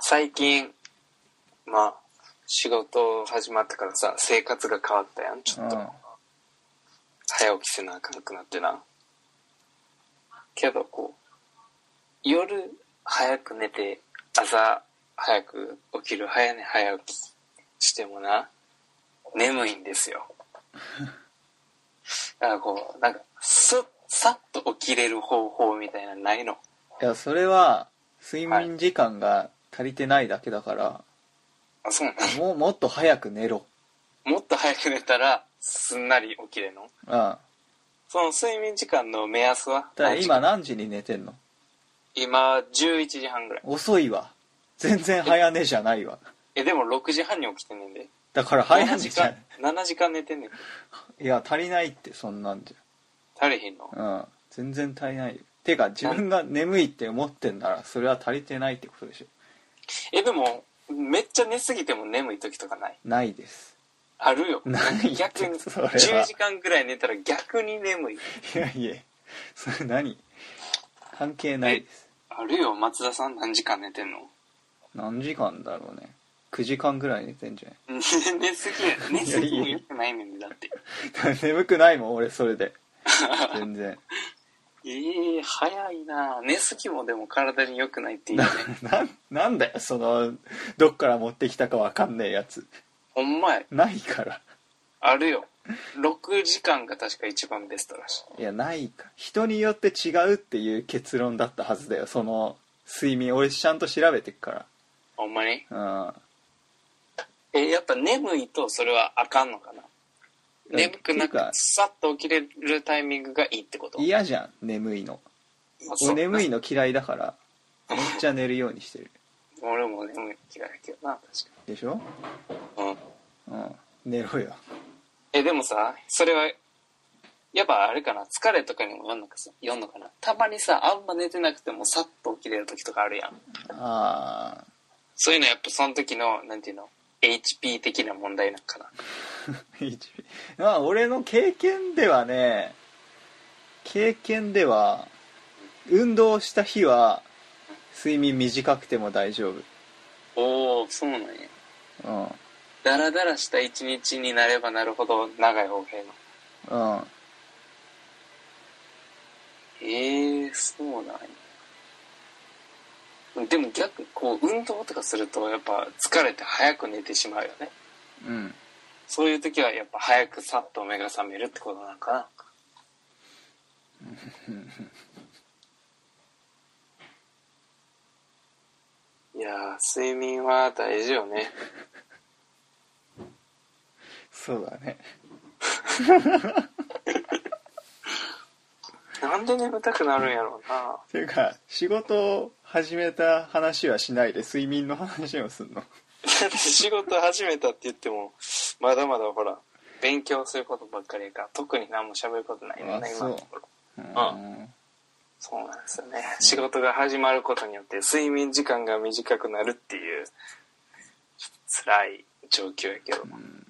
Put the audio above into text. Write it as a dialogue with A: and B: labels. A: 最近、まあ、仕事始まってからさ、生活が変わったやん。ちょっと、早起きせなあかんくなってな。けど、こう、夜早く寝て、朝早く起きる、早寝早起きしてもな、眠いんですよ。だからこう、なんか、す、さっと起きれる方法みたいなのないの。
B: いやそれは睡眠時間が足りてないだけだから、
A: あ、そうなの
B: もうもっと早く寝ろ
A: もっと早く寝たら、すんなり起きれるの
B: うんだ
A: その睡眠時間の目安は
B: から今
A: 何時
B: 何時に寝てんの
A: 今、11時半ぐらい。
B: 遅いわ全然早寝じゃないわ
A: え、でも6時半に起きてんねんで。
B: だから早寝
A: 7
B: じ
A: 時
B: ゃな
A: 間、7時間寝てんねん。
B: いいや足りないってそんなんじ
A: 足りひんの
B: ゃうん全然足りないよてか自分が眠いって思ってんならそれは足りてないってことでしょ
A: え、でも、めっちゃ寝すぎても眠い時とかない
B: ないです
A: あるよ。
B: ない
A: んか逆に、
B: それは
A: 10時間ぐらい寝たら逆に眠い。
B: いやいやそれ何関係ないです
A: あるよ、松田さん何時間寝てんの
B: 何時間だろうね9時間ぐらい寝てんじゃない
A: 寝すぎや、寝すぎもよくないねんで、だって。
B: 眠くないもん俺それで全然
A: ええ早いな寝すぎもでも体に良くないって言う
B: な
A: ね。
B: ななんだよそのどっから持ってきたかわかんねえやつ
A: ほんまや。
B: ないから
A: あるよ。6時間が確か一番ベストらしい。
B: いやないか人によって違うっていう結論だったはずだよその睡眠俺ちゃんと調べてっか
A: ほんまに
B: ら
A: えやっぱ眠いとそれはあかんのかな
B: うん
A: 眠くな
B: て
A: く
B: か
A: さっと起きれるタイミングがいいってこと
B: うん嫌じゃん眠いの
A: あそう
B: 俺眠いの嫌いだからめっちゃ寝るようにしてる
A: 俺も眠い嫌いだけどな確
B: でしょ
A: かに、うん、
B: うん寝ろよ
A: えでもさそれはやっぱあれかな疲れとかにもよんのかさよんのかなたまにさあんま寝てなくてもさっと起きれる時とかあるやん
B: あ
A: そういうのやっぱその時のなんていうの HP 的な問題なんかな
B: ー一 まあ俺の経験ではね経験では運動した日は睡眠短くても大丈夫
A: おおそうなんや
B: うん
A: ダラダラした一日になればなるほど長い方がいいの
B: うん
A: ええそうなんや。でも逆、こう、運動とかすると、やっぱ疲れて早く寝てしまうよね。
B: うん
A: そういう時は、やっぱ早くさっと目が覚めるってことなんかな。いやー、睡眠は大事よね。
B: そうだね
A: なんで眠たくなるんやろうな。
B: ていうか仕事を始めた話はしないで睡眠の話をすんの
A: だって 仕事始めたって言ってもまだまだほら勉強することばっかりやから特に何も喋ることないよ
B: あ
A: ね
B: そ
A: 今
B: う
A: のところ
B: うん
A: そうなんですよね仕事が始まることによって睡眠時間が短くなるっていう辛い状況やけど
B: うん